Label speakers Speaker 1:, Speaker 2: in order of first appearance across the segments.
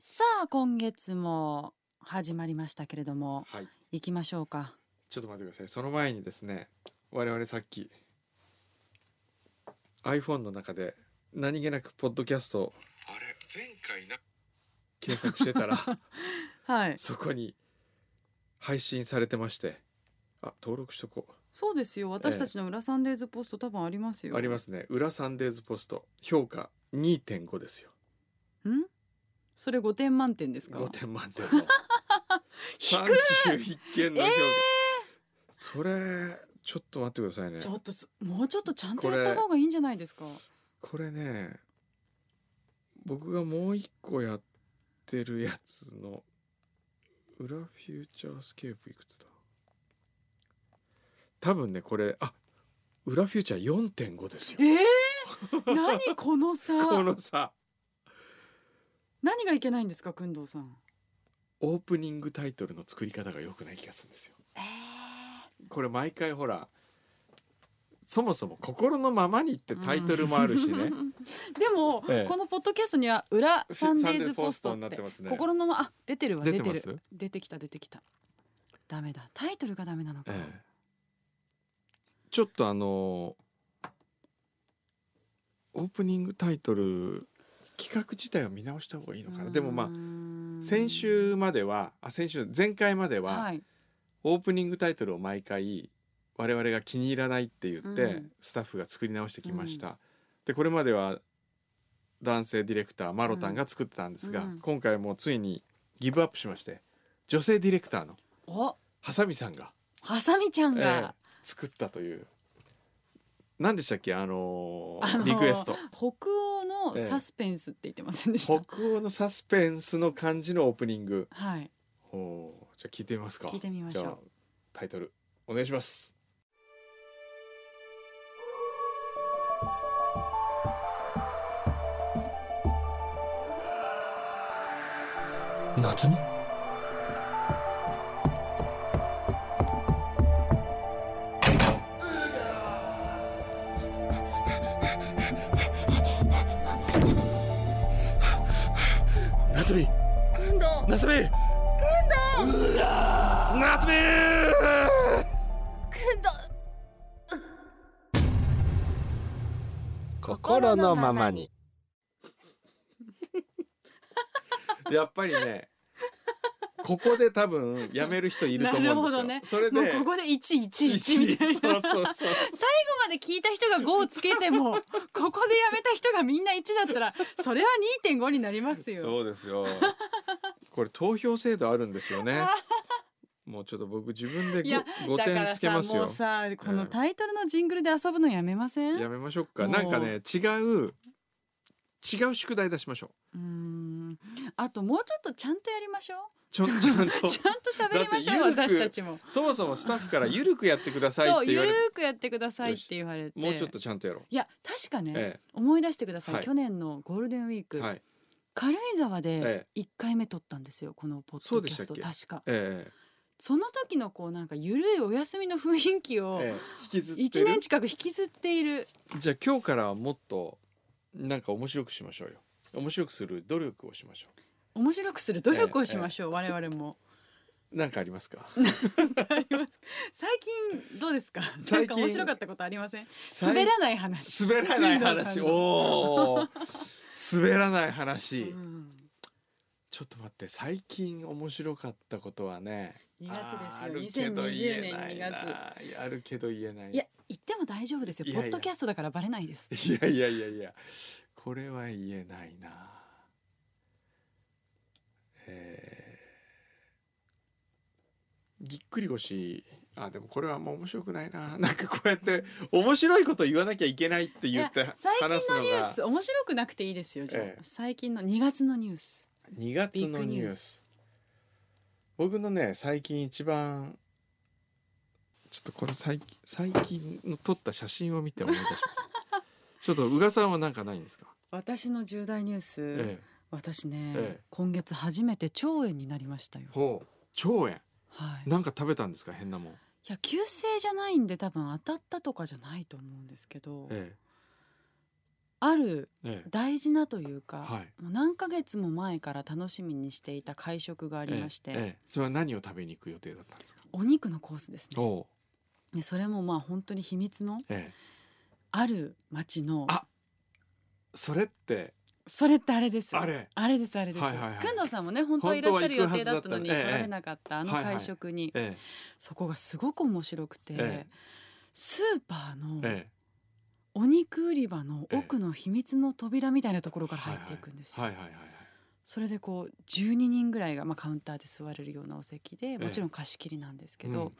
Speaker 1: さあ今月も始まりましたけれども
Speaker 2: はい。
Speaker 1: 行きましょうか
Speaker 2: ちょっと待ってください。その前にですね、我々さっき iPhone の中で何気なくポッドキャストをあれ前回な検索してたら
Speaker 1: はい
Speaker 2: そこに配信されてまして、あ登録しとこ
Speaker 1: そうですよ私たちの裏サンデーズポスト多分ありますよ
Speaker 2: う。ありますね。裏サンデーズポスト評価2.5ですよ。
Speaker 1: んそれ5点満点ですか
Speaker 2: 5点満点の
Speaker 1: 低い
Speaker 2: 31件の評価。それちょっと待ってくださいね。
Speaker 1: ちょっとすもうちょっとちゃんと
Speaker 2: こ
Speaker 1: や
Speaker 2: れ
Speaker 1: った方がいいんじゃないですか
Speaker 2: これね僕がもう一個やってるやつの裏フューチャースケープいくつだ多分ねこれあ裏フューチャー4.5ですよ
Speaker 1: ええー、何この差
Speaker 2: このさ
Speaker 1: 何がいけないんですかくんどうさん
Speaker 2: オープニングタイトルの作り方が良くない気がするんですよ
Speaker 1: え
Speaker 2: これ毎回ほらそもそも「心のままに」ってタイトルもあるしね、
Speaker 1: でも、
Speaker 2: ええ
Speaker 1: このポッドキャストには裏
Speaker 2: フィ
Speaker 1: サンデーズポスト
Speaker 2: に
Speaker 1: っ
Speaker 2: なって
Speaker 1: て
Speaker 2: ますね
Speaker 1: 心のまあ出てるわ出
Speaker 2: 出
Speaker 1: て
Speaker 2: て
Speaker 1: る
Speaker 2: ます
Speaker 1: 出てきた出てきたダメだタイトルがダメなのか、
Speaker 2: ええ、ちょっとあのオープニングタイトル企画自体は見直した方がいいのかなでもまあ
Speaker 1: あ
Speaker 2: 先週まではあ先週前回までは、
Speaker 1: はい
Speaker 2: オープニングタイトルを毎回我々が気に入らないって言って、
Speaker 1: うん
Speaker 2: スタッフが作り直してきました、でこれまでは男性ディレクターマロタンが作ってたんですが、
Speaker 1: うん
Speaker 2: 今回もうついにギブアップしまして女性ディレクターの
Speaker 1: お
Speaker 2: ハサミさんが
Speaker 1: ハサミちゃんが、
Speaker 2: ええ作ったという何でしたっけあのー
Speaker 1: あのー
Speaker 2: リクエスト
Speaker 1: 北欧のサスペンスって言ってませんでした、
Speaker 2: 北欧のサスペンスの感じのオープニング
Speaker 1: はい
Speaker 2: ほうじゃあ聞いてみますか
Speaker 1: 聞いてみまし
Speaker 2: じゃあ
Speaker 1: ょ
Speaker 2: タイトルお願いします
Speaker 3: 夏美夏美
Speaker 4: 今度
Speaker 3: 夏美うらー夏美
Speaker 4: 今度
Speaker 3: 心のままに
Speaker 2: やっぱり ねここで多分やめる人いると思うんですよ
Speaker 1: なるほどね
Speaker 2: それ
Speaker 1: うもう
Speaker 2: で
Speaker 1: ここで111みたいな
Speaker 2: そうそうそう
Speaker 1: 最後まで聞いた人が5をつけてもここでやめた人がみんな1だったらそれは2.5になりますよ。
Speaker 2: そうですよこれ投票制度あるんです よねもうちょっと僕自分で
Speaker 1: いや
Speaker 2: 5,
Speaker 1: だか
Speaker 2: 点
Speaker 1: ら
Speaker 2: つけ
Speaker 1: さ
Speaker 2: ますよ
Speaker 1: もうさこのタイトルのジングルで遊ぶのやめません
Speaker 2: やめましょうか。
Speaker 1: もう
Speaker 2: なんかね、違う。違う宿題出しましょう。
Speaker 1: うーんあともうちょっとちゃんとやりましょ
Speaker 2: ちょ、ちゃん
Speaker 1: う
Speaker 2: と。
Speaker 1: ちゃんと喋りましょう
Speaker 2: だって
Speaker 1: 私
Speaker 2: 緩く
Speaker 1: たちも
Speaker 2: そもそもスタッフからゆるくやってくださいっ
Speaker 1: そう
Speaker 2: て言
Speaker 1: ゆ
Speaker 2: わ
Speaker 1: る
Speaker 2: れて。
Speaker 1: ーくやってくださいって言われて
Speaker 2: もうちょっとちゃんとやろう。
Speaker 1: いや確かね、
Speaker 2: え
Speaker 1: 思い出してください、
Speaker 2: はい
Speaker 1: 去年のゴールデンウィー
Speaker 2: え。
Speaker 1: ク、
Speaker 2: はい。
Speaker 1: 軽井沢で
Speaker 2: え
Speaker 1: 1回目撮ったんですよこのポッドキャスト
Speaker 2: そうでしたっ
Speaker 1: 確か
Speaker 2: ええ。
Speaker 1: その時のこうなんかゆるいお休みの雰囲気を
Speaker 2: ええ。引きずって
Speaker 1: 1年
Speaker 2: る。
Speaker 1: 近く引きずっている
Speaker 2: じゃあ、今日からはもっと。なんか面白くしましょうよ。面白くする努力をしましょ
Speaker 1: 面白くする努力をしましょう、我々も
Speaker 2: う。なんかありますか。
Speaker 1: あります最近どうですかなん
Speaker 2: 最
Speaker 1: か
Speaker 2: 近
Speaker 1: 面白かったことありません滑らない話
Speaker 2: 滑らない
Speaker 1: 運動さん
Speaker 2: 話。
Speaker 1: の
Speaker 2: おお。滑らない話、
Speaker 1: うん
Speaker 2: ちょっと待って最近面白かったことはね
Speaker 1: 2月です
Speaker 2: あ
Speaker 1: よ
Speaker 2: るけど言
Speaker 1: 2020
Speaker 2: え
Speaker 1: 年
Speaker 2: な
Speaker 1: 2
Speaker 2: い
Speaker 1: 月
Speaker 2: な。あるけど言えない。
Speaker 1: いや言っても大丈夫ですよ
Speaker 2: いやいや
Speaker 1: ポッドキャストだからバレないです
Speaker 2: いやいやいやいやこれは言えないな。えーぎっくり腰あでもこれはもう面白くないななんかこうやって面白いこと言わなきゃいけないって 言っ
Speaker 1: い
Speaker 2: て
Speaker 1: や最近
Speaker 2: 話すの
Speaker 1: のニュー
Speaker 2: が
Speaker 1: ス面白くなくていいですよじゃあ、
Speaker 2: ええ
Speaker 1: 最近の2月のニュース
Speaker 2: 2月のニ
Speaker 1: ビッグニ
Speaker 2: ュ
Speaker 1: ュー
Speaker 2: ース僕のね最近一番ちょっとこれ最近最近の撮った写真を見て思い出します ちょっと宇賀さんはなんかないんですか、
Speaker 1: 私の重大ニュース、
Speaker 2: ええ、
Speaker 1: 私ね、
Speaker 2: ええ
Speaker 1: 今月初めて腸炎になりましたよ
Speaker 2: ほう腸炎
Speaker 1: はい
Speaker 2: なんか食べたんですか変なもん、
Speaker 1: いや急性じゃないんで多分当たったとかじゃないと思うんですけど、
Speaker 2: え
Speaker 1: ある
Speaker 2: ええ
Speaker 1: 大事なというか、
Speaker 2: はい
Speaker 1: もう何ヶ月も前から楽しみにしていた会食がありまして、
Speaker 2: ええええそれは何を食べに行く予定だったんですか
Speaker 1: お肉のコースです
Speaker 2: お
Speaker 1: ね
Speaker 2: お
Speaker 1: でそれもまあ本当に秘密の
Speaker 2: う、ええ、
Speaker 1: ある町の
Speaker 2: あそれって
Speaker 1: それってあれです
Speaker 2: あれ
Speaker 1: あれですあれです、
Speaker 2: はいはいはい
Speaker 1: くんどうさんもね本当はいらっしゃる予定だったのに
Speaker 2: 本当は行くはずだったの
Speaker 1: 来
Speaker 2: ええ
Speaker 1: られなかったあの
Speaker 2: はいはい
Speaker 1: 会食に、
Speaker 2: え
Speaker 1: そこがすごく面白くて、
Speaker 2: ええ
Speaker 1: スーパー
Speaker 2: え
Speaker 1: の
Speaker 2: え
Speaker 1: お肉売り場の奥の秘密の扉みたいなところ
Speaker 2: え
Speaker 1: から入っていくんですよ、
Speaker 2: はいはいはいはい
Speaker 1: それでこう12人ぐらいが、まあ、カウンターで座れるようなお席でもちろん貸し切りなんですけど、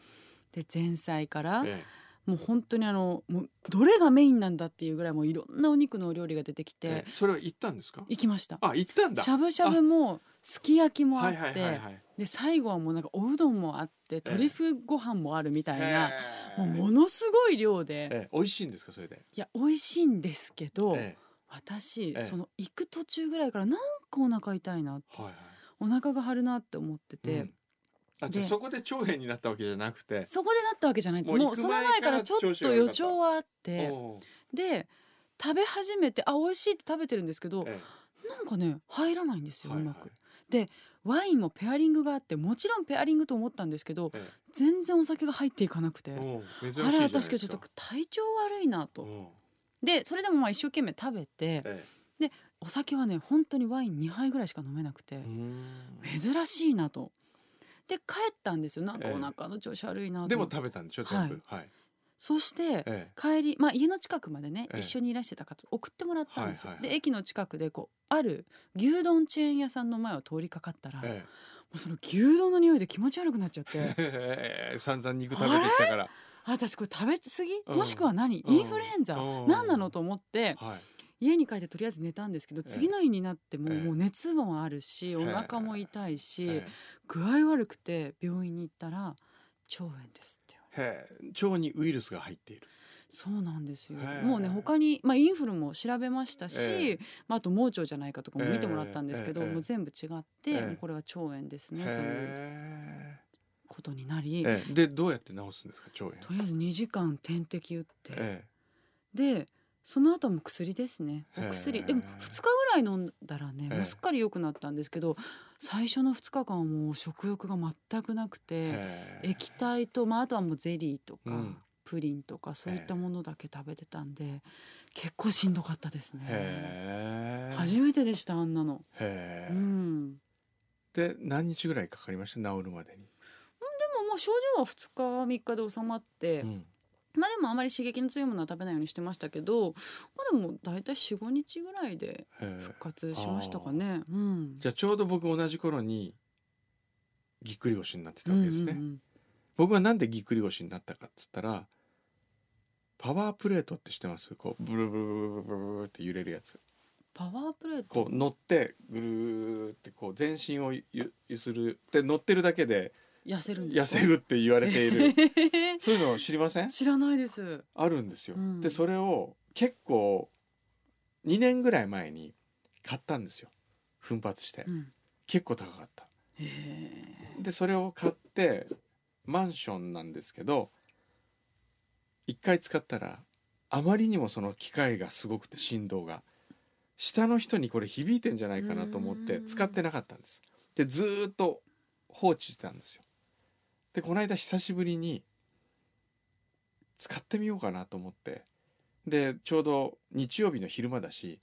Speaker 1: で前菜から
Speaker 2: はいえ
Speaker 1: もう本当にあのもうどれがメインなんだっていうぐらいもういろんなお肉のお料理が出てき
Speaker 2: ええ
Speaker 1: て
Speaker 2: えそれは行ったんですか
Speaker 1: 行きました。
Speaker 2: あ行ったんだ
Speaker 1: しゃぶしゃぶもすき焼きもあ
Speaker 2: は
Speaker 1: っ
Speaker 2: いはいはい
Speaker 1: て
Speaker 2: はい
Speaker 1: で最後はもうなんかおうどんもあってトリュフご飯もあるみたいな
Speaker 2: へえ
Speaker 1: もうものすごい量で
Speaker 2: ええ美味しいんですかそれで
Speaker 1: いや美味しいんですけど
Speaker 2: え
Speaker 1: 私
Speaker 2: ええ
Speaker 1: その行く途中ぐらいからなんかお腹痛いなって
Speaker 2: えはいはい
Speaker 1: お腹が張るなって思って
Speaker 2: う
Speaker 1: て
Speaker 2: んあじゃあ
Speaker 1: で
Speaker 2: そこで長編になったわけじゃなくて
Speaker 1: そこでなったわけじゃないんです
Speaker 2: もう
Speaker 1: もう
Speaker 2: 行く
Speaker 1: その
Speaker 2: 前
Speaker 1: 前か
Speaker 2: からら
Speaker 1: ちょっ
Speaker 2: 調子
Speaker 1: と
Speaker 2: が悪かった
Speaker 1: 予兆はあって
Speaker 2: おう
Speaker 1: で食べ始めてあ美味しいって食べてるんですけど
Speaker 2: え
Speaker 1: なんかね入らないんです
Speaker 2: え
Speaker 1: よう
Speaker 2: はいは
Speaker 1: ま
Speaker 2: い
Speaker 1: くワインもペアリングがあってもちろんペアリングと思ったんですけど
Speaker 2: ええ
Speaker 1: 全然お酒が入っていかなくて。
Speaker 2: おう珍しいじゃ
Speaker 1: あ
Speaker 2: な
Speaker 1: れ
Speaker 2: いで
Speaker 1: 私
Speaker 2: すか
Speaker 1: 今日ちょっと体調悪いなと、
Speaker 2: おう
Speaker 1: でそれでもまあ一生懸命食べて
Speaker 2: え
Speaker 1: お酒はね本当にワイン2杯ぐらいしか飲めなくて
Speaker 2: えう、ん
Speaker 1: 珍しいなとで帰ったんですよなんか
Speaker 2: ええ
Speaker 1: お腹の調子悪いなと、
Speaker 2: でも食べたんでしょ全部はい
Speaker 1: そして
Speaker 2: ええ
Speaker 1: 帰り、まあ、家の近くまでね、
Speaker 2: ええ
Speaker 1: 一緒にいらしてた方送ってもらったんですよ、
Speaker 2: はいはいはい
Speaker 1: で駅の近くでこうある牛丼チェーン屋さんの前を通りかかったら、も
Speaker 2: え
Speaker 1: うその牛丼の匂いで気持ち悪くなっちゃって
Speaker 2: え散々肉食べてきたから
Speaker 1: あ私これ食べ過ぎ、
Speaker 2: うん
Speaker 1: もしくは何
Speaker 2: うん
Speaker 1: インフルエンザ、
Speaker 2: うん
Speaker 1: 何なのと思って、
Speaker 2: はい
Speaker 1: 家に帰ってとりあえず寝たんですけど
Speaker 2: ええ
Speaker 1: 次の日になっても
Speaker 2: ええ
Speaker 1: もう熱もあるしお
Speaker 2: え
Speaker 1: 腹も痛いし
Speaker 2: え
Speaker 1: 具合悪くて病院に行ったら腸炎ですって言われ
Speaker 2: えへえ腸にウイルスが入っている
Speaker 1: てそうなんですよ
Speaker 2: ええ
Speaker 1: もうね他にまあインフルも調べました
Speaker 2: え
Speaker 1: しまああと盲腸じゃないかとかも見てもらったんですけど
Speaker 2: ええええ
Speaker 1: もう全部違っ
Speaker 2: え
Speaker 1: て
Speaker 2: え
Speaker 1: もうこれは腸炎ですねという
Speaker 2: へ
Speaker 1: ことになり
Speaker 2: えええでどうやって治すんですか腸炎
Speaker 1: とりあえず2時間点滴打って
Speaker 2: え
Speaker 1: でその後も薬ですね
Speaker 2: ええ
Speaker 1: お薬でも2日ぐらい飲んだらね
Speaker 2: ええ
Speaker 1: もうすっかり良くなったんですけど最初の2日間はもう食欲が全くなく
Speaker 2: え
Speaker 1: て
Speaker 2: へえ
Speaker 1: 液体と、まあ、あとはもうゼリーとか、
Speaker 2: うん
Speaker 1: プリンとかそういったものだけ食べてたんで結構しんどかったですね
Speaker 2: へえ
Speaker 1: 初めてでしたあんなの、
Speaker 2: へ
Speaker 1: う
Speaker 2: え
Speaker 1: ん、
Speaker 2: で何日ぐらいかかりました治るまで
Speaker 1: で
Speaker 2: に
Speaker 1: ももう症状は2日3日で収まって、
Speaker 2: うん
Speaker 1: まあでもあまり刺激の強いものは食べないようにしてましたけど、まあ、でも大体45日ぐらいで
Speaker 2: へえ
Speaker 1: 復活しましたかね。うん
Speaker 2: じゃあちょうど僕同じ頃にぎっくり腰になってたわけですね、
Speaker 1: うんうんうん
Speaker 2: 僕はなんでぎっくり腰になったかっつったらパワープレートって知ってますこうブルブルブルブルブルブルって揺れるやつ
Speaker 1: パワープレート
Speaker 2: こう乗ってぐるーってこう全身をゆゆゆするで乗ってるだけで
Speaker 1: 痩せるんで
Speaker 2: 痩
Speaker 1: すか
Speaker 2: せるって言われて いるそういうの知りません
Speaker 1: 知らない です。
Speaker 2: あるんですよ、
Speaker 1: うん
Speaker 2: でそれを結構2年ぐらい前に買ったんですよ奮発して
Speaker 1: うん、
Speaker 2: 結構高かった
Speaker 1: へえ
Speaker 2: でそれを買ってマンションなんですけど一回使ったらあまりにもその機械がすごくて振動が下の人にこれ響いてんじゃないかなと思って
Speaker 1: うん
Speaker 2: 使ってなかったんですでずーっと放置してたんですよでこの間久しぶりに使ってみようかなと思ってでちょうど日曜日の昼間だし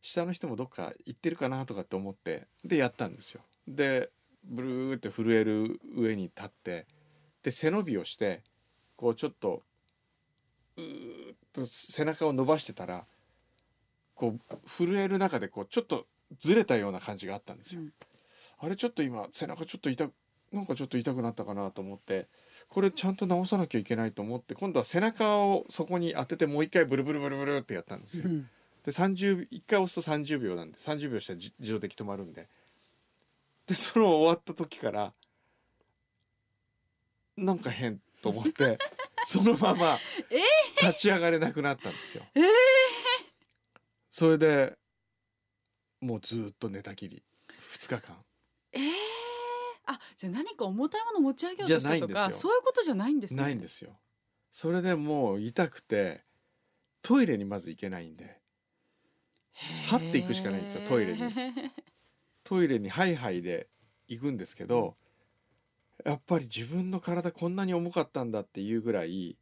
Speaker 2: 下の人もどっか行ってるかなとかって思ってでやったんですよでブルーって震える上に立ってで背伸びをしてこうちょっとうーっと背中を伸ばしてたらこう震える中でこうちょっとずれたような感じがあったんですよ。
Speaker 1: うん
Speaker 2: あれちょっと今背中ちょっと痛くなんかちょっと痛くなったかなと思ってこれちゃんと直さなきゃいけないと思って今度は背中をそこに当ててもう一回ブルブルブルブルってやったんですよ。
Speaker 1: うん
Speaker 2: で30 1回押すと30秒なんで30秒したらじ自動的に止まるんででその終わった時からなんか変と思って そのまま
Speaker 1: え
Speaker 2: 立ち上がれなくなったんですよ。
Speaker 1: えー
Speaker 2: それでもうずーっと寝たきり2日間
Speaker 1: えーあじゃあ何か重たいもの持ち上げようとしたと
Speaker 2: じゃないん
Speaker 1: か
Speaker 2: ですよ
Speaker 1: そういうことじゃないんですね。
Speaker 2: ないんですよ。それでもう痛くてトイレにまず行けないんではっていくしかないんですよトイレにトイレにハイハイで行くんですけどやっぱり自分の体こんなに重かったんだっていうぐらい、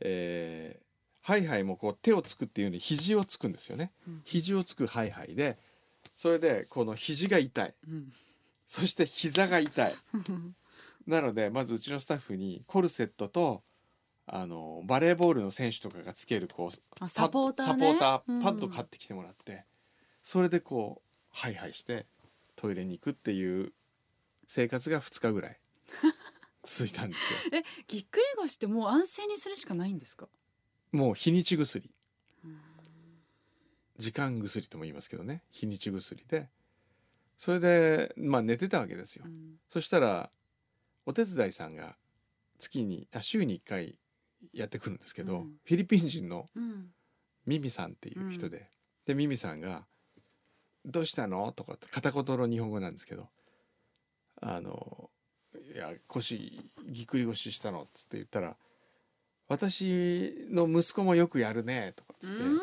Speaker 2: えーハイハイもこう手をつくっていうように肘をつくんですよね
Speaker 1: うん
Speaker 2: 肘をつくハイハイでそれでこの肘が痛い
Speaker 1: うん
Speaker 2: そして膝が痛いなのでまずうちのスタッフにコルセットとあのバレーボールの選手とかがつけるこう
Speaker 1: あサポーターね
Speaker 2: サポーターパッド
Speaker 1: うん
Speaker 2: 買ってきてもらって、それでこうハイハイしてトイレに行くっていう生活が2日ぐ らい続いたんですよ
Speaker 1: ぎっくり腰ってもう安静にするしかないんですか、
Speaker 2: もう日にち薬時間薬とも言いますけどね日にち薬でそれでまあ寝てたわけですよ、
Speaker 1: うん
Speaker 2: そしたらお手伝いさんが月にあ週に1回やってくるんですけど、
Speaker 1: うん
Speaker 2: フィリピン人の
Speaker 1: うん
Speaker 2: ミミさんっていう人で、でミミさんが「どうしたの?」とかって片言の日本語なんですけど「あのいや腰ぎっくり腰したの」っつって言ったら「私の息子もよくやるね」とかっつって、
Speaker 1: うん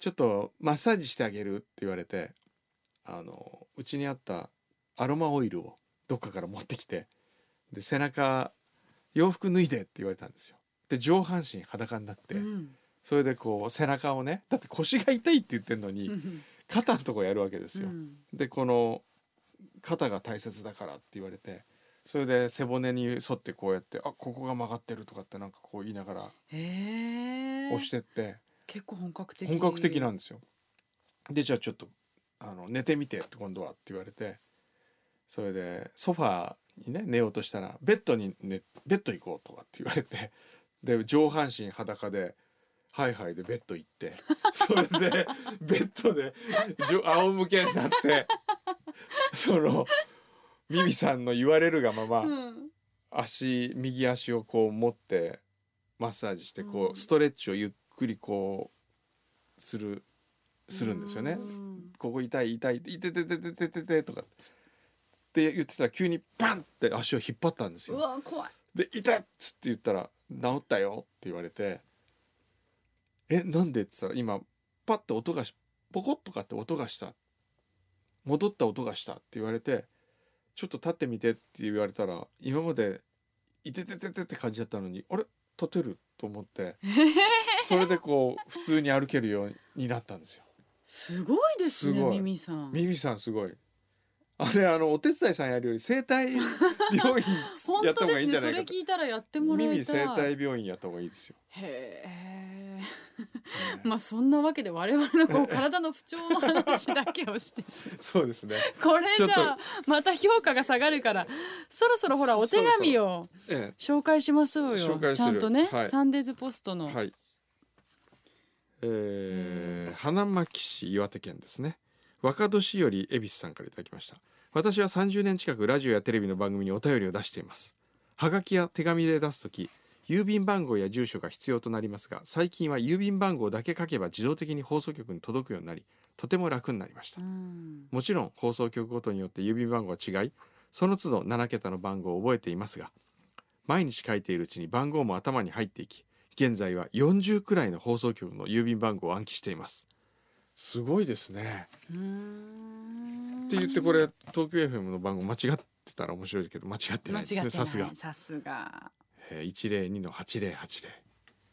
Speaker 2: ちょっとマッサージしてあげる」って言われてあのうちにあったアロマオイルをどっかから持ってきてで背中洋服脱いでって言われたんですよ。で上半身裸になって、
Speaker 1: うん
Speaker 2: それでこう背中をねだって腰が痛いって言ってんのに、
Speaker 1: うん
Speaker 2: 肩のとこやるわけですよ。
Speaker 1: うん
Speaker 2: でこの肩が大切だからって言われてそれで背骨に沿ってこうやってあここが曲がってるとかってなんかこう言いながら
Speaker 1: へえ
Speaker 2: 押してって
Speaker 1: 結構本格的
Speaker 2: 本格的なんですよ。でじゃあちょっとあの寝てみてって今度はって言われてそれでソファーにね寝ようとしたらベッドに寝ベッド行こうとかって言われてで上半身裸でハイハイでベッド行ってそれでベッドでじょ仰向けになってそのミミさんの言われるがまま。
Speaker 1: うん
Speaker 2: 足右足をこう持ってマッサージしてこ
Speaker 1: うん
Speaker 2: うストレッチをゆっくりこうするするんですよね
Speaker 1: う。ん
Speaker 2: ここ痛い痛い痛い痛い痛い痛い痛い痛い痛い痛いとかって言ってたら急にバンって足を引っ張ったんです
Speaker 1: う
Speaker 2: よ。
Speaker 1: わ怖い
Speaker 2: で「痛い!」っつって言ったら「治ったよ」って言われて「えなんで?」って言ったら今パッて音がしポコッとかって音がした戻った音がしたって言われて「ちょっと立ってみて」って言われたら今まで「いてててて」って感じだったのにあれ立てると 思ってそれでこう普通に歩けるようになったんですよ。
Speaker 1: すごいですね
Speaker 2: すごい
Speaker 1: ミミさん
Speaker 2: ミミさんすごいあれあのお手伝いさんやるより生体病院
Speaker 1: 本
Speaker 2: やっ
Speaker 1: 当
Speaker 2: た方
Speaker 1: で
Speaker 2: がい
Speaker 1: す
Speaker 2: いんじ
Speaker 1: ね
Speaker 2: ゃな
Speaker 1: それ
Speaker 2: いかと
Speaker 1: 聞いたらやってもらいたい
Speaker 2: 耳生体病院やった方がいいですよ。
Speaker 1: へえ
Speaker 2: ね
Speaker 1: まあそんなわけで我々のこう体の不調の話だけをしてしま
Speaker 2: そうですね。
Speaker 1: う これじ
Speaker 2: ちょ
Speaker 1: ゃあまた評価が下がるからそろそろほらお手紙を
Speaker 2: え
Speaker 1: 紹介しましょうよ
Speaker 2: 紹介する
Speaker 1: ちゃんとね、
Speaker 2: はい
Speaker 1: サンデーズポスト
Speaker 2: え、
Speaker 1: の、
Speaker 2: はい。えー、花巻市岩手県ですね。若年より恵比寿さんからいただきました。私は30年近くラジオやテレビの番組にお便りを出しています。はがきや手紙で出すとき、郵便番号や住所が必要となりますが、最近は郵便番号だけ書けば自動的に放送局に届くようになり、とても楽になりました
Speaker 1: う。ん
Speaker 2: もちろん放送局ごとによって郵便番号は違いその都度7桁の番号を覚えていますが毎日書いているうちに番号も頭に入っていき現在は40くらいの放送局の郵便番号を暗記していますすごいですね
Speaker 1: うーん
Speaker 2: って言ってこれ東京 FM の番号間違ってたら面白いけど間違って
Speaker 1: 間
Speaker 2: な
Speaker 1: 違
Speaker 2: い
Speaker 1: って
Speaker 2: です
Speaker 1: な
Speaker 2: ね
Speaker 1: い
Speaker 2: さすが、
Speaker 1: さすが
Speaker 2: えー、102の8080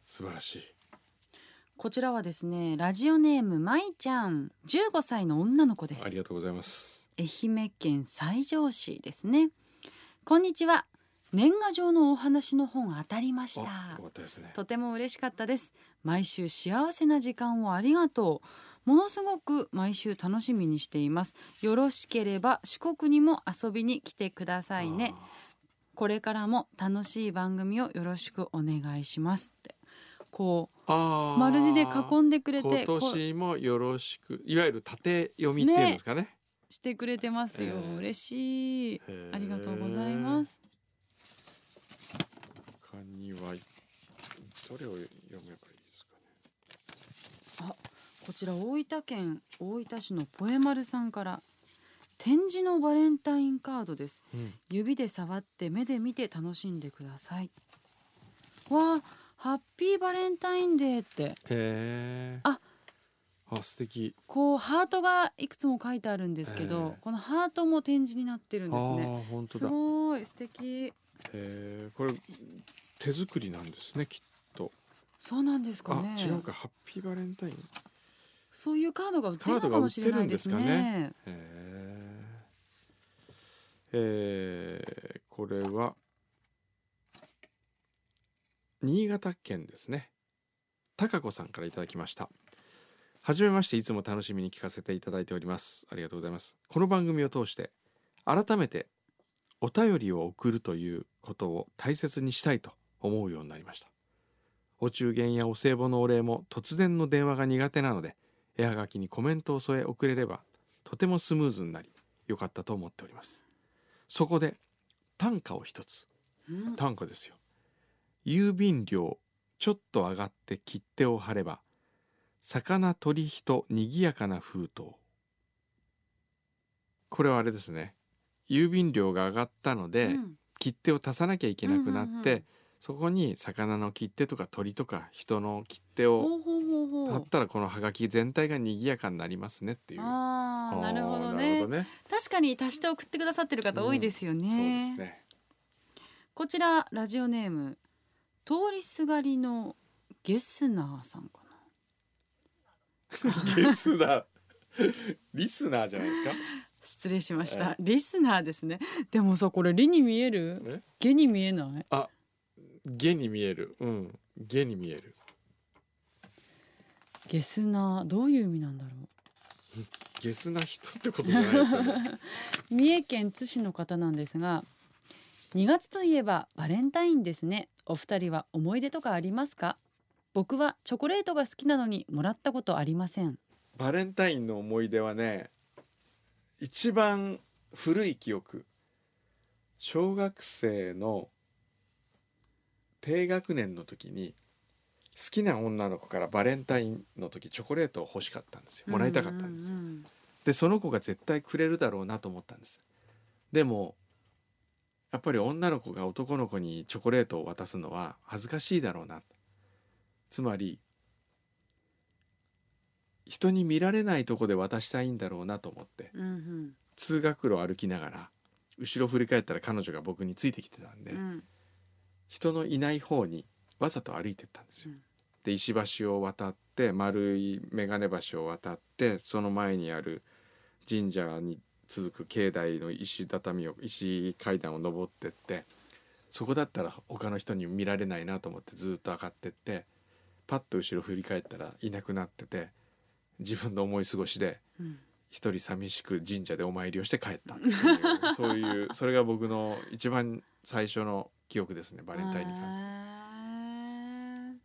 Speaker 2: 素晴らしい
Speaker 1: こちらはですねラジオネームまいちゃん15歳の女の子です
Speaker 2: ありがとうございます
Speaker 1: 愛媛県西条市ですねこんにちは年賀状のお話の本当たりまし
Speaker 2: あ
Speaker 1: た
Speaker 2: よかったですね
Speaker 1: とても嬉しかったです毎週幸せな時間をありがとうものすごく毎週楽しみにしていますよろしければ四国にも遊びに来てくださいねこれからも楽しい番組をよろしくお願いしますってこ
Speaker 2: あーあ
Speaker 1: う
Speaker 2: ー
Speaker 1: 丸字で囲んでくれて
Speaker 2: 今
Speaker 1: こう
Speaker 2: 年もよろしくいわゆる縦読みっていうんですかね
Speaker 1: してくれてますよ、
Speaker 2: えー
Speaker 1: 嬉しい
Speaker 2: へー
Speaker 1: ありがとうございます
Speaker 2: 他にはどれを読めばいいですかね
Speaker 1: こちら大分県大分市のポエマルさんから展示のバレンタインカードです
Speaker 2: うん、
Speaker 1: 指で触って目で見て楽しんでくださいわあハッピーバレンタインデーって
Speaker 2: へえ
Speaker 1: あ
Speaker 2: あ素敵
Speaker 1: こうハートがいくつも書いてあるんですけど、
Speaker 2: ええ
Speaker 1: このハートも展示になってるん
Speaker 2: ああ
Speaker 1: ですね。
Speaker 2: ー本当
Speaker 1: す
Speaker 2: だ
Speaker 1: ごい素敵。
Speaker 2: えー、これ手作りなんですねきっと
Speaker 1: そうなんですか
Speaker 2: あ
Speaker 1: ね。
Speaker 2: 違うかハッピーバレンタインへ
Speaker 1: そういうカードが売ってるのかもしれないです
Speaker 2: カードが売って
Speaker 1: ね。
Speaker 2: ええー、これは新潟県ですね高子さんからいただきましたはじめましていつも楽しみに聞かせていただいておりますありがとうございますこの番組を通して改めてお便りを送るということを大切にしたいと思うようになりましたお中元やお歳暮のお礼も突然の電話が苦手なので絵はがきにコメントを添え送れればとてもスムーズになり良かったと思っておりますそこで短歌を一つ
Speaker 1: うん
Speaker 2: 短歌ですよ郵便料ちょっと上がって切手を貼れば魚取人にぎやかな封筒これはあれですね郵便料が上がったので、
Speaker 1: うん
Speaker 2: 切手を足さなきゃいけなくなっ
Speaker 1: う
Speaker 2: て、
Speaker 1: んうんうん
Speaker 2: そこに魚の切手とか鳥とか人の切手を
Speaker 1: ほうほうほう
Speaker 2: 貼
Speaker 1: ほ
Speaker 2: っ
Speaker 1: う。
Speaker 2: たらこのハガキ全体が賑やかになりますねっていう。
Speaker 1: ああなるほど
Speaker 2: あー
Speaker 1: ね。確かに足して送ってくださってる方多いですよね。
Speaker 2: そうですね。
Speaker 1: こちらラジオネーム通りすがりのゲスナーさんかな。
Speaker 2: リスナー、リスナーじゃないですか。
Speaker 1: 失礼しまし
Speaker 2: え
Speaker 1: た。リスナーですね。でもさこれリに見える？
Speaker 2: え、
Speaker 1: ゲに見えない？
Speaker 2: ゲに見える。うん、ゲに見える。
Speaker 1: ゲスナーどういう意味なんだろう。
Speaker 2: ゲスな人ってことじゃないですよね。
Speaker 1: 三重県津市の方なんですが2月といえばバレンタインですねお二人は思い出とかありますか僕はチョコレートが好きなのにもらったことありません
Speaker 2: バレンタインの思い出はね、一番古い記憶。小学生の低学年の時に好きな女の子からバレンタインの時チョコレートを欲しかったんですよ。もらいたかったんですよ。
Speaker 1: ううん
Speaker 2: でその子が絶対くれるだろうなと思ったんですでもやっぱり女の子が男の子にチョコレートを渡すのは恥ずかしいだろうなつまり人に見られないとこで渡したいんだろうなと思って
Speaker 1: うんうん
Speaker 2: 通学路を歩きながら後ろ振り返ったら彼女が僕についてきてたんで、
Speaker 1: うん
Speaker 2: 人のいない方にわざと歩いてったんですよ。
Speaker 1: うん
Speaker 2: で石橋を渡って丸い眼鏡橋を渡ってその前にある神社に続く境内の石畳を石階段を登ってってそこだったら他の人に見られないなと思ってずっと上がってってパッと後ろ振り返ったらいなくなってて自分の思い過ごしで
Speaker 1: うん
Speaker 2: 一人寂しく神社でお参りをして帰っ たっていうそういうそれが僕の一番最初の記憶ですねバレンタインに関する。
Speaker 1: へー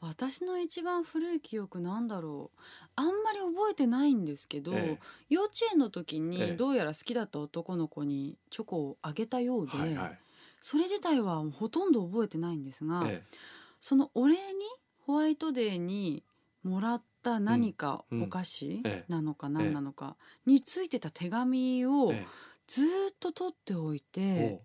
Speaker 1: 私の一番古い記憶なんだろうあんまり覚えてないんですけど、
Speaker 2: え
Speaker 1: 幼稚園の時
Speaker 2: ええ
Speaker 1: にどうやら好きだった男の子にチョコをあげたよう
Speaker 2: え
Speaker 1: で、
Speaker 2: はいはい
Speaker 1: それ自体はほとんど覚えてないんですが、
Speaker 2: え
Speaker 1: そのお礼にホワイトデーにもらった何か
Speaker 2: うんうん
Speaker 1: お菓子
Speaker 2: ええ
Speaker 1: なのか何なのかについてた手紙
Speaker 2: え
Speaker 1: を
Speaker 2: え
Speaker 1: ずーっと取っておい
Speaker 2: え
Speaker 1: て
Speaker 2: おう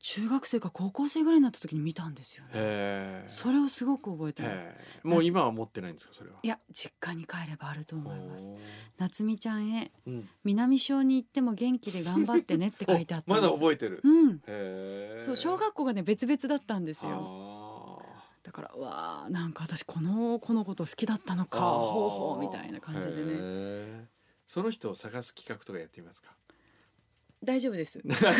Speaker 1: 中学生か高校生ぐらいになった時に見たんですよね。
Speaker 2: へえ
Speaker 1: それをすごく覚えてます。
Speaker 2: へえもう今は持ってないんですかそれはい
Speaker 1: や実家に帰ればあると思います。
Speaker 2: おー
Speaker 1: 夏美ちゃんへ
Speaker 2: うん
Speaker 1: 南小に行っても元気で頑張ってねって書いてあったん
Speaker 2: お
Speaker 1: で。
Speaker 2: ますだ覚えてる
Speaker 1: うん。
Speaker 2: へえ
Speaker 1: そう小学校がね別々だったんですよ。
Speaker 2: よ
Speaker 1: だからうわあなんか私この子のこと好きだったのかほうほうみたいな感じでね
Speaker 2: ねその人を探す企画とかやってみま すか
Speaker 1: 大丈夫です
Speaker 2: いいですか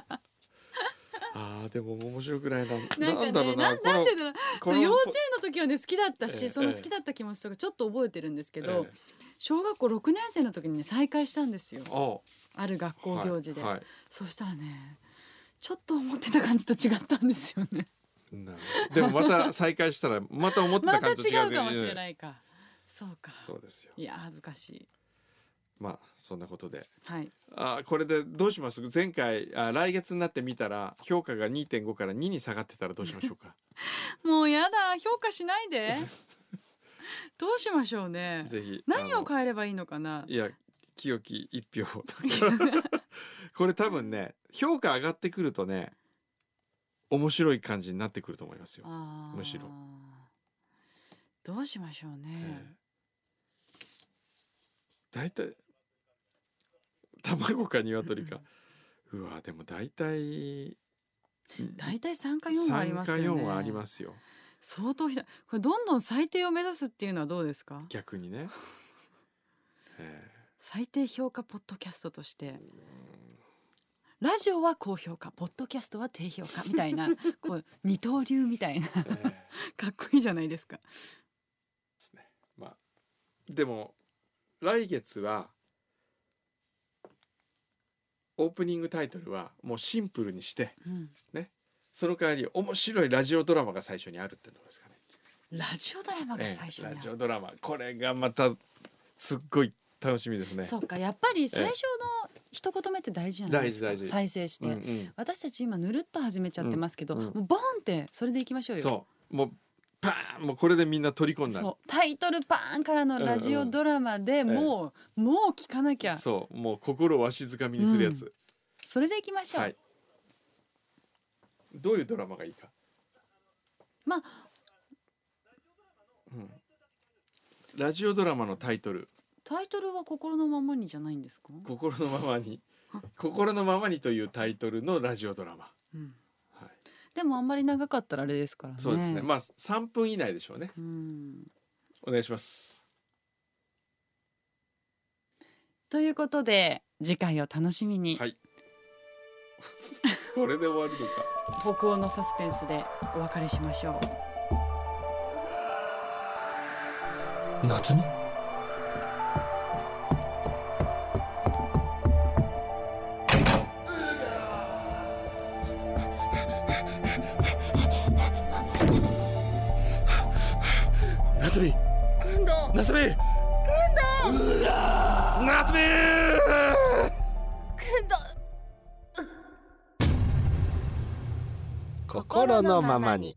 Speaker 2: あーでも面白くないな
Speaker 1: なんか
Speaker 2: なんだろ
Speaker 1: ね
Speaker 2: うな
Speaker 1: ななんていうのそ
Speaker 2: こ
Speaker 1: う幼
Speaker 2: の
Speaker 1: 稚園の時はね好きだった
Speaker 2: え
Speaker 1: し
Speaker 2: え
Speaker 1: その好きだった気持ちとかちょっと覚えてるんですけ
Speaker 2: え
Speaker 1: ど
Speaker 2: え
Speaker 1: 小学校6年生の時にね再会したんですよ
Speaker 2: お
Speaker 1: ある学校行事で
Speaker 2: はいはい
Speaker 1: そうしたらねちょっと思ってた感じと違ったんですよね
Speaker 2: なるほどでもまた再会したらまた思って
Speaker 1: ま
Speaker 2: た
Speaker 1: た違
Speaker 2: 感
Speaker 1: う
Speaker 2: じと
Speaker 1: かもしれ
Speaker 2: い
Speaker 1: ないかそうか
Speaker 2: そうですよ
Speaker 1: いや恥ずかしい
Speaker 2: まあそんなことで
Speaker 1: はい
Speaker 2: あこれでどうします前回あ来月になってみたら評価が2.5から2に下がってたらどうしましょう か
Speaker 1: もうやだ評価しない でどうしましょうね
Speaker 2: ぜひ
Speaker 1: 何
Speaker 2: あ
Speaker 1: を
Speaker 2: の
Speaker 1: 変えればいいのかない
Speaker 2: や清き一票 をこれ多分ね評価上がってくるとね面白い感じになってくると思いますよ
Speaker 1: あー
Speaker 2: むしろ
Speaker 1: どうしましょうね。
Speaker 2: 大体卵か鶏か、うわでも大体
Speaker 1: だいたい三か四はありますよね。
Speaker 2: 3か4はありますよ
Speaker 1: 相当ひどい。これどんどん最低を目指すっていうのはどうですか？
Speaker 2: 逆にね、 え
Speaker 1: 最低評価ポッドキャストとして。ラジオは高評価、ポッドキャストは低評価みたい な、こう二刀流みたいな、
Speaker 2: ーえー
Speaker 1: かっこいいじゃないですか。
Speaker 2: まあでも来月はオープニングタイトルはもうシンプルにして
Speaker 1: うん、
Speaker 2: その代わり面白いラジオドラマが最初にあるってどうですかね。
Speaker 1: ラジオドラマが
Speaker 2: ええ
Speaker 1: 最初にあ
Speaker 2: ラ
Speaker 1: る
Speaker 2: ジオドラマこれがまたすっごい楽しみですね。
Speaker 1: そうかやっぱり最初の一言目って大事じゃないですか
Speaker 2: 大事大事
Speaker 1: 再生して、
Speaker 2: うんうん
Speaker 1: 私たち今ぬるっと始めちゃってますけど、
Speaker 2: うんうん
Speaker 1: もうボーンってそれでいきましょうよ
Speaker 2: そうもうパーンもうこれでみんな取り込んだ
Speaker 1: そうタイトルパーンからのラジオドラマで
Speaker 2: んうん
Speaker 1: もう、もう聞かなきゃ
Speaker 2: そうもう心をわしづかみにするやつ、
Speaker 1: それでいきましょう、
Speaker 2: はいどういうドラマがいいか
Speaker 1: まあ、
Speaker 2: うん、ラジオドラマのタイトル
Speaker 1: タイトルは心のままにじゃないんですか
Speaker 2: 「心のままに」「心のままに」というタイトルのラジオドラマ、
Speaker 1: うん、
Speaker 2: はい、
Speaker 1: でもあんまり長かったらあれですからね
Speaker 2: そうですねまあ3分以内でしょうね
Speaker 1: うん
Speaker 2: お願いします
Speaker 1: ということで次回を楽しみに、
Speaker 2: はいこれで終わるのか
Speaker 1: 北欧のサスペンスでお別れしましょう
Speaker 4: 夏美夏美
Speaker 3: 剣道
Speaker 4: 夏美夏美
Speaker 3: 剣道
Speaker 4: 心のままに